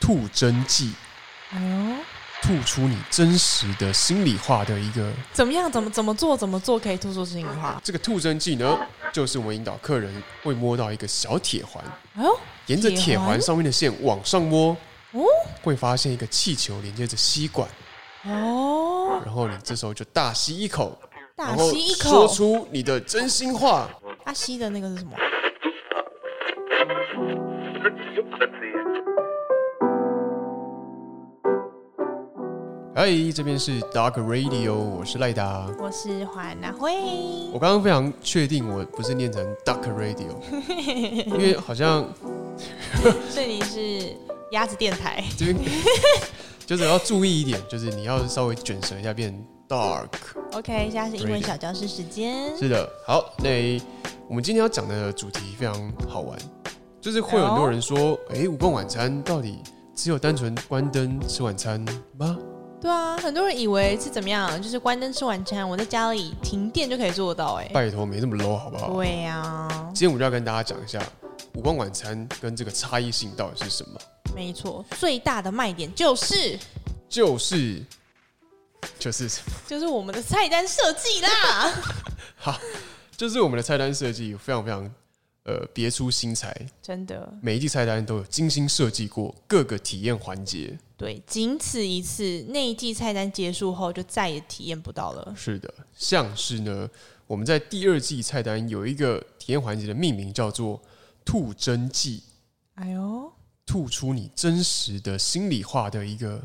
吐真剂，哦，吐出你真实的心里话的一个怎么样？怎么怎么做？怎么做可以吐出心里话？这个吐真剂呢，就是我们引导客人会摸到一个小铁环，哎呦，沿着铁铁环环上面的线往上摸，哦会发现一个气球连接着吸管，哦，然后你这时候就大吸一口，大然后吸一说口，出你的真心话。他吸的那个是什么？嗨，哎这边是 Dark Radio，我是赖达。我是华南慧，我刚刚非常确定我不是念成 Dark Radio，因为好像这里是鸭子电台。这边 就是要注意一点，就是你要稍微卷舌一下变 Dark。 OK，现在是英文 Radio 小教室时间。是的，好，那我们今天要讲的主题非常好玩，就是会有很多人说，诶，无关晚餐到底只有单纯关灯吃晚餐吗？对啊，很多人以为是怎么样，就是关灯吃晚餐，我在家里停电就可以做到、哎，拜托，没那么 low 好不好？对啊，今天我就要跟大家讲一下无关晚餐跟这个差异性到底是什么，没错，最大的卖点就是就是就是 什么？就是我们的菜单设计啦，就是我们的菜单设计非常非常呃别出心裁，真的，每一季菜单都有精心设计过各个体验环节。对，仅此一次，那一季菜单结束后就再也体验不到了。是的，像是呢，我们在第二季菜单有一个体验环节的命名叫做“吐真剂哎呦，”，吐出你真实的心里话的一个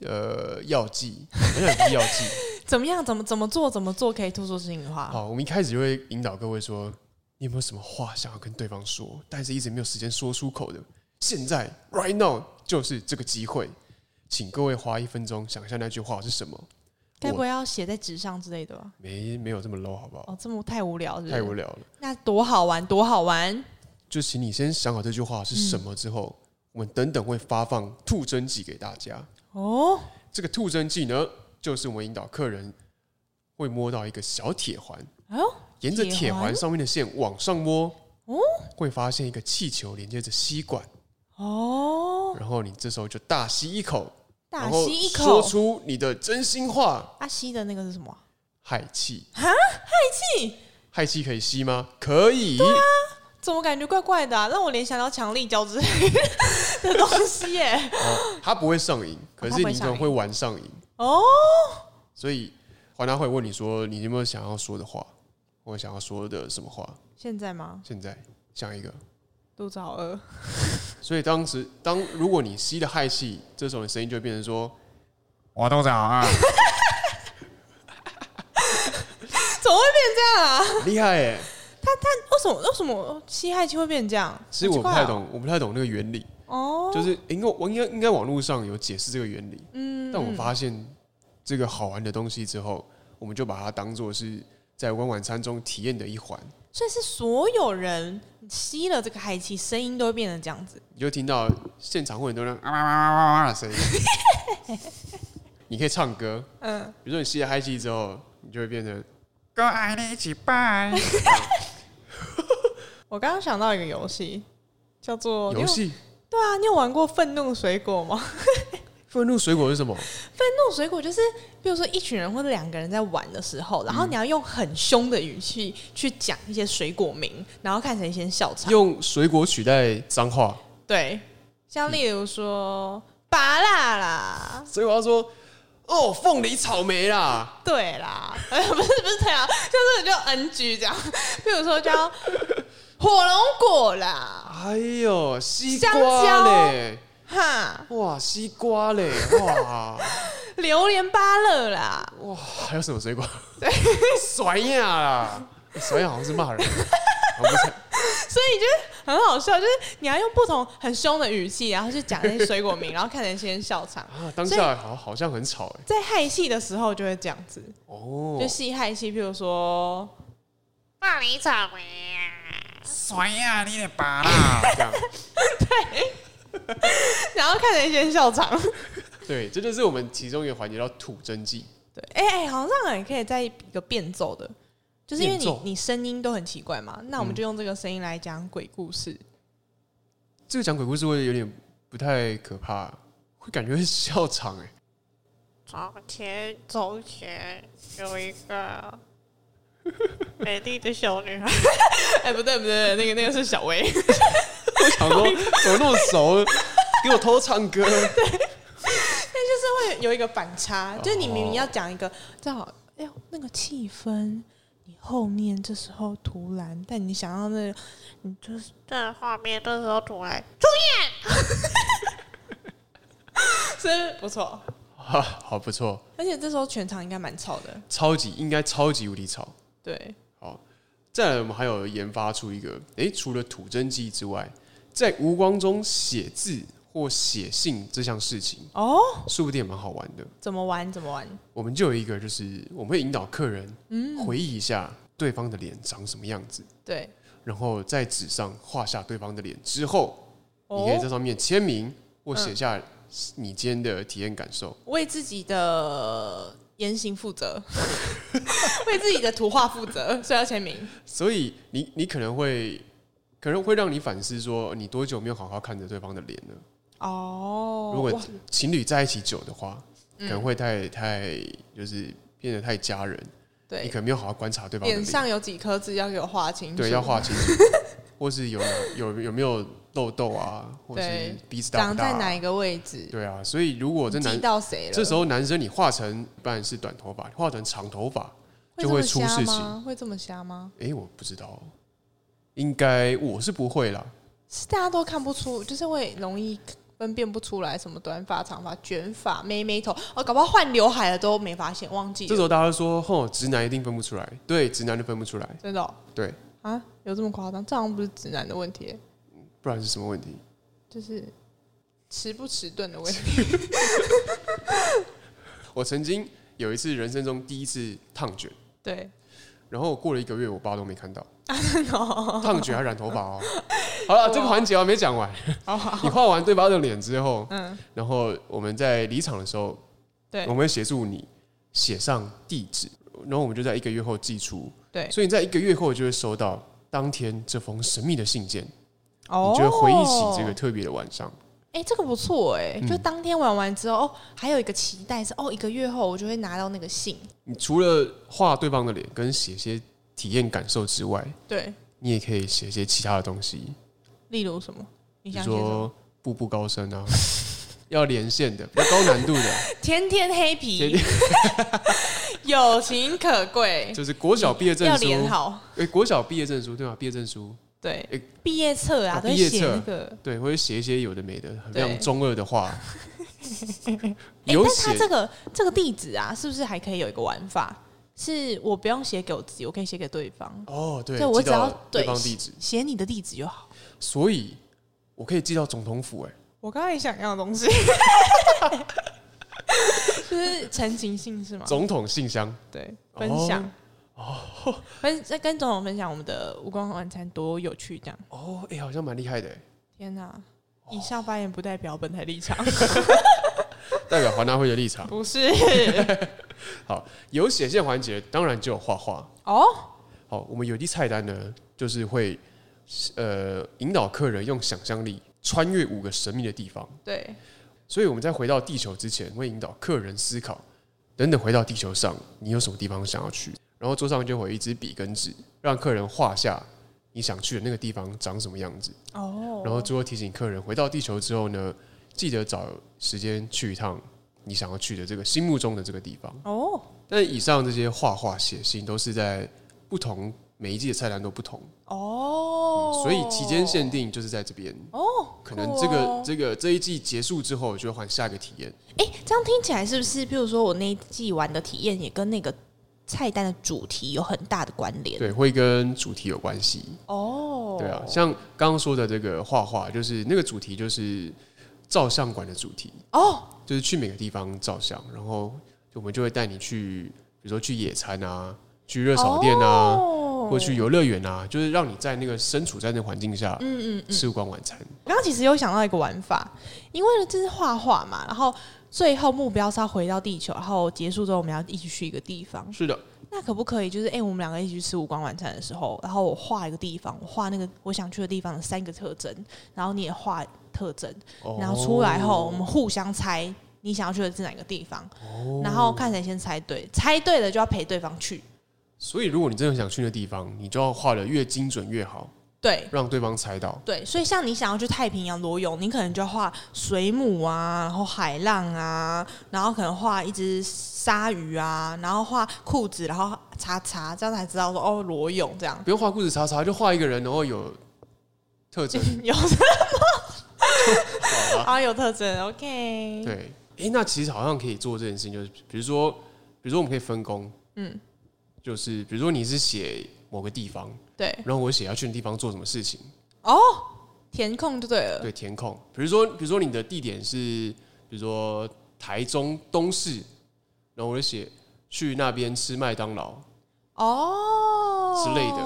呃药剂，好像也不是药 剂。怎么样？怎么怎么做？怎么做可以吐出心里话？好，我们一开始就会引导各位说，你有没有什么话想要跟对方说，但是一直没有时间说出口的？现在 right now 就是这个机会，请各位花一分钟想一下那句话是什么。该不会要写在纸上之类的吧？没没有这么 low 好不好？哦，这么太无聊是不是太无聊了。那多好玩，多好玩！就请你先想好这句话是什嗯么之后，我们等等会发放吐真剂给大家。哦，这个吐真剂呢，就是我们引导客人会摸到一个小铁环，哎呦，沿着铁铁环环上面的线往上摸，哦会发现一个气球连接着吸管，哦，然后你这时候就大吸一口，大然后吸一说口，出你的真心话。他吸的那个是什么啊？氦气，气，啊氦气可以吸吗？可以，怎么感觉怪怪的、啊？让我联想到强力胶之类的东西耶、哦它不会上瘾，可它是不你会可能上瘾会玩上瘾。 哦，所以华纳会问你说，你有没有想要说的话，或想要说的什么话？现在吗？现在想一个。肚子好饿。所以当时，当如果你吸了氦气，这时候你声音就会变成说，我都找啊，怎么会变这样啊？厉害耶！为什么为什么吸氦气会变成这样？其实我好奇不怪哦太懂，我不太懂那个原理，哦。就是应该我应该应该网络上有解释这个原理，嗯但我发现这个好玩的东西之后，我们就把它当做是在晚晚餐中体验的一环。所以是所有人吸了这个氦气，声音都会变成这样子。你就听到现场会很多人啊哇哇哇哇哇的声音，你可以唱歌，嗯，比如说你吸了氦气之后，你就会变成跟爱你一拜。我刚刚想到一个游戏，叫做游。戏。对啊，你有玩过愤怒水果吗？愤怒水果是什 么？愤怒水果就是，比如说一群人或者两个人在玩的时候，嗯然后你要用很凶的语气去讲一些水果名，然后看谁先笑场。用水果取代脏话，对，像例如说拔辣啦，所以我要说哦，凤梨草莓啦，对啦， 呃，不是不是这样，就是就 NG 这样。比如 说叫火龙果啦，哎呦，西香蕉瓜嘞，哈，哇，西瓜嘞，哇榴莲芭乐啦，哇，还有什么水果？甩呀啦，甩呀好像是骂 人，我不是所以就是很好笑，就是你要用不同很凶的语气，然后去讲那些水果名，然后看人先笑 场。啊，当下好好像很吵哎，在害戏的时候就会这样子，哦就，戏害戏，譬如说， 那你怎么样？甩呀、你的爸啦！这样，然后看人先笑 场。对，这就是我们其中一个环节叫吐真剂，对，哎、哎、好像也可以在一个变奏的，就是因为变奏嗯你你声音都很奇怪嘛，那我们就用这个声音来讲鬼故事。这个讲鬼故事会有点。不太可怕，会感觉会笑场哎、从前，从前有一个美丽的小女孩。 哎、不对不对，那个那个是 小薇，我想说怎么那么熟，给我偷唱歌？ 但就是会有一个反差，就是你明明要讲一个正好，哎呦那个气氛，你后面这时候突然，但你想要那 个，你就是这画面这时候突然，真不错，哈，好不错，而且这时候全场应该蛮吵的，超级应该超级无敌吵。对，好，再来我们还有研发出一个，诶，除了吐真剂之外，在无光中写字或写信这项事情，哦，说不定也蛮好玩的。怎么玩怎么玩，我们就有一个，就是我们会引导客人回忆一下对方的脸长什么样子，对，然后在纸上画下对方的脸之后，你哦可以在上面签名或写下你今天的体验感受。为自己的言行负责， 为自己的图画负责，所以要签名。所以你你可能会可能会让你反思说，你多久没有好好看着对方的脸了？哦，如果哇嗯情侣在一起久的话，可能会太太就是变得太家人，你对可能没有好好观察对方的脸脸，上有几颗痣要给我画清楚，对，要画 清楚，或是有有有没有漏痘啊，或是对鼻子大长不大、在哪啊？一个位置，对啊，所以如果这击男到谁了？这时候男生你画成不然是短头发，画成长头发，就会会出这么瞎事吗？会这么瞎吗？诶，我不知道，应该我是不会啦。是大家都看不出，就是会容易分辨不出来什么短发、长发、卷发、妹妹头哦，搞不好换刘海了都没发现，忘记这了时候大家都说，吼，直男一定分不出来，对，直男就分不出来，真的哦、对，啊，有这么夸张？这好像不是直男的问题耶，不然是什么问题？就是迟不迟钝的问题。 我曾经有一次人生中第一次烫卷，对，然后过了一个月，我爸都没看到哦烫卷还染头发 哦。好了，这个环节我还没讲完。好好你画完对方的脸之后，嗯，然后我们在离场的时候，对我们会协助你写上地址，然后我们就在一个月后寄出。对，所以你在一个月后就会收到当天这封神秘的信件，你哦就会回忆起这个。嗯特别的晚上。哎、这个不错哎、就当天玩完之后，哦，还有一个期待是，哦，一个月后我就会拿到那个信。你除了画对方的脸跟写些体验感受之外，对，你也可以写些其他的东西，例如什么？你比如想写什么？说步步高升啊，要连线的，比较高难度 的，天天黑天皮， 友情可贵，就是国小毕业证要书。连好。诶国小毕业证书对吧？毕业证书对诶，毕业册啊，啊都毕会业写册那个。对，或者写一些有的没的，很非对常中二的 话。哎、有但是写他这个这个地址啊，是不是还可以有一个玩法？是我不用写给我自己，我可以写给对方。哦，对，我寄只到要对对方地址，写你的地址就好。所以我可以寄到总统府、诶。我刚才想要 的东西，就是陈情信是吗？总统信箱，对，哦分享分再跟总统分享我们的无光晚餐多有趣，这样。哦，哎、好像蛮厉害的，天哪、以上发言不代表本台立场，代表华纳会的立场。 不是好，有写线环节，当然就有画画。 哦，好，我们有机菜单呢，就是会呃引导客人用想象力穿越五个神秘的地方。对，所以我们在回到地球之前，会引导客人思考，等等回到地球上，你有什么地方想要去？然后桌上就会有一支笔跟纸，让客人画下你想去的那个地方长什么样子。哦，然后最后提醒客人，回到地球之后呢，记得找时间去一趟你想要去的这个心目中的这个地方。哦，但以上这些画画、写信都是在不同每一季的菜单都不同，哦，所以期间限定就是在这边。哦，可能这个、酷哦这个这一季结束之后，就会换下一个体验。哎、这样听起来是不是？比如说我那一季玩的体验也跟那个菜单的主题有很大的关联。对，会跟主题有关系。哦，对啊，像刚刚说的这个画画，就是那个主题就是照相馆的主题，哦，就是去每个地方照相，然后我们就会带你去，比如说去野餐啊，去热炒店啊，哦或去游乐园啊，就是让你在那个身处在那个环境下嗯嗯嗯。吃光晚餐。刚刚其实有想到一个玩法，因为呢这是画画嘛，然后最后目标是要回到地球，然后结束之后我们要一起去一个地方。是的，那可不可以就是哎、诶我们两个一起去吃烛光晚餐的时候，然后我画一个地方，我画那个我想去的地方的三个特征，然后你也画特征，哦然后出来后我们互相猜你想要去的是哪个地方，哦然后看谁先猜对，猜对了就要陪对方去。所以如果你真的想去那地方，你就要画的越精准越好，对让对方猜到。对，所以像你想要去太平洋裸泳，你可能就要画水母啊，然后海浪啊，然后可能画一只鲨鱼啊，然后画裤子，然后叉叉，这样才知道说哦裸泳这样。不用画裤子叉叉，就画一个人，然后有特征。有什么？好吧 啊，有特征，OK。对，哎、那其实好像可以做这件事情，就是比如说，比如说我们可以分工，嗯，就是比如说你是写某个地方，对，然后我写要去的地方做什么事情，哦，填空就对了。对，填空。比如说，比如说你的地点是，比如说台中东市，然后我就写去那边吃麦当劳，哦之类的，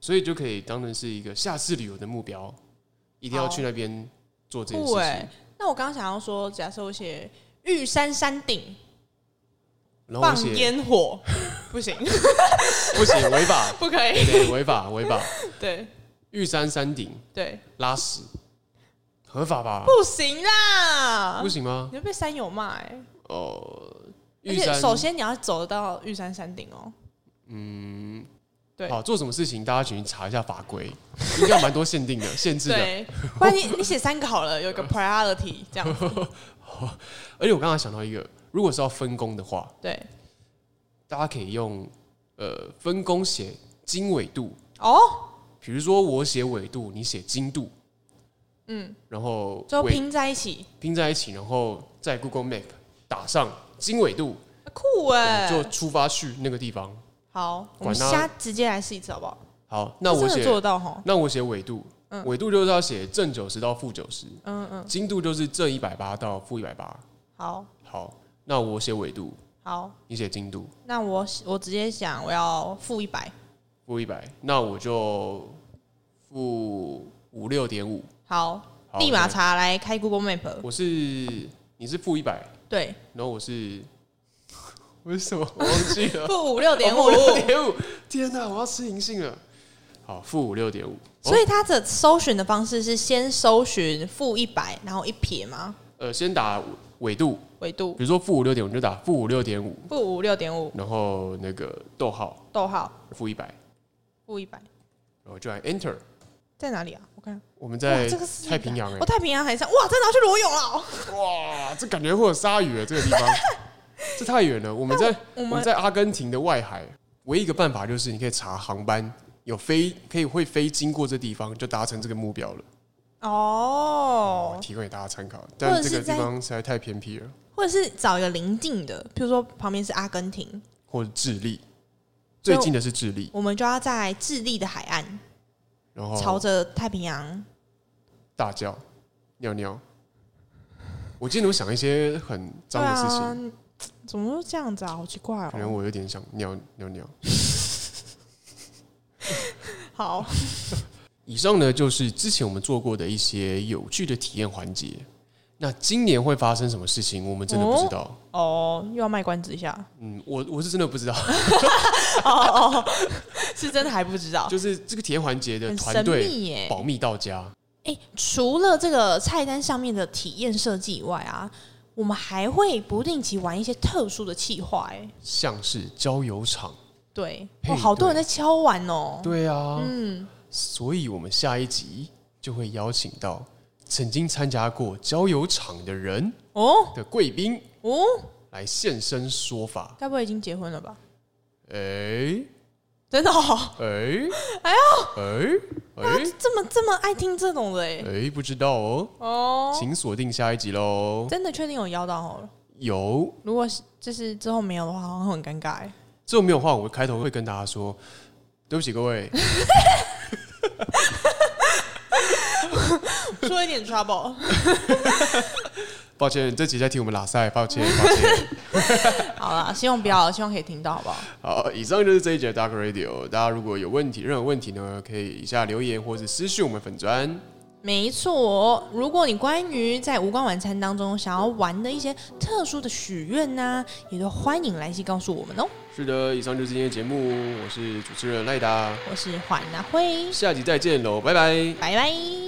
所以就可以当成是一个下次旅游的目标，一定要哦去那边做这件事酷哎情。。那我刚刚想要说，假设我写玉山山顶然后我放写烟火， 不行，不行，违法，不可 对以。对，违法违法。对玉山山顶对，拉屎合法吧？不啊行啦不，行吗？你会被山友骂哎。哦，而玉且山首先你要走到玉山山顶哦。嗯，对好，做什么事情大家请去查一下法规， 应该蛮多限定的限制的。对，不然你你写三个好了，有一个 priority 这样子。而且我刚刚想到一个，如果是要分工的话，对，大家可以用呃分工写经纬度，哦，比如说我写纬度，你写经度，嗯，然后最后纬拼在一起。拼在一起，然后在 Google Map 打上经纬度，酷哎、就出发去那个地方。好，我管们它下直接来试一次好不好？好，那我这真的做写得到哈，那我写纬度，嗯纬度就是要写正九十到负九十，嗯嗯，经度就是正一百八到负一百八。好好，那我写纬度，好，你写经度，那我我直接想我要负一百，负一百，那我就负五六点五。好，好立马查来开 Google Map，我是你是负一百，对，然后我 是我是什么？我忘记了，负五六 点五负，六点五。天哪，我要吃银杏了。好，负五六点五。哦所以它的搜寻的方式是先搜寻负一百，然后一撇吗？呃，先打纬度，纬比度如说负五六点五，你就打负五六点五，负五六点五，然后那个逗号逗号负一百，负一百然后就按 Enter。在哪里啊？我看我们在哇这个是太平洋哎、我太平洋海上，哇，真的要去裸泳了，哇，这感觉会有鲨鱼哎，这个 地方，这太远了。我们在我我们们在阿根廷的外海，唯一一个办法就是你可以查航班，有飞可以会飞经过这地方，就达成这个目标了。哦我，哦提供给大家参考，或但者这是个地在方实在太偏僻了，或者是找一个邻近的，譬如说旁边是阿根廷，或者智利，所最以近的是智利，我们就要在智利的海岸。然后朝着太平洋。大叫尿尿。我今天有想一些很脏的事情，对啊，怎么都这样子啊？好奇怪可能哦。我有点想尿尿尿。好，以上呢就是之前我们做过的一些有趣的体验环节。那今年会发生什么事情，我们真的不知道。哦，又要卖关子 一下。嗯，我我是真的不知 道，哦哦，是真的还不知道，就是这个体验环节的很团神队秘耶。保密到家。哎，除了这个菜单上面的体验设计以外啊，我们还会不定期玩一些特殊的企划。哎，像是交友场，对，配哦，好多人对在敲碗哦。对啊，嗯，所以我们下一集就会邀请到曾经参加过交友场的人哦的贵宾哦，来现身说法。该不会已经结婚了吧？哎真的哦，哎哎哎这么这么爱听这种的哎。哎，不知道哦，哦，请锁定下一集喽。真的确定有邀到哦？有，如果是就是之后没有的话，好像会很尴尬哎。这种没有话，我开头会跟大家说，对不起各位， 说一点 trouble。抱歉，这集在听我们拉塞，抱歉，抱歉。 好啦，希望不要，希望可以听到，好不好？好，以上就是这一节 Dark Radio。大家如果有问题，任何问题呢，可以以下留言或是私讯我们粉砖。没错，如果你关于在无关晚餐当中想要玩的一些特殊的许愿呐，也都欢迎来信告诉我们哦。是的，以上就是今天的节目，我是主持人赖达，我是环娜慧，下集再见喽，拜拜。拜拜。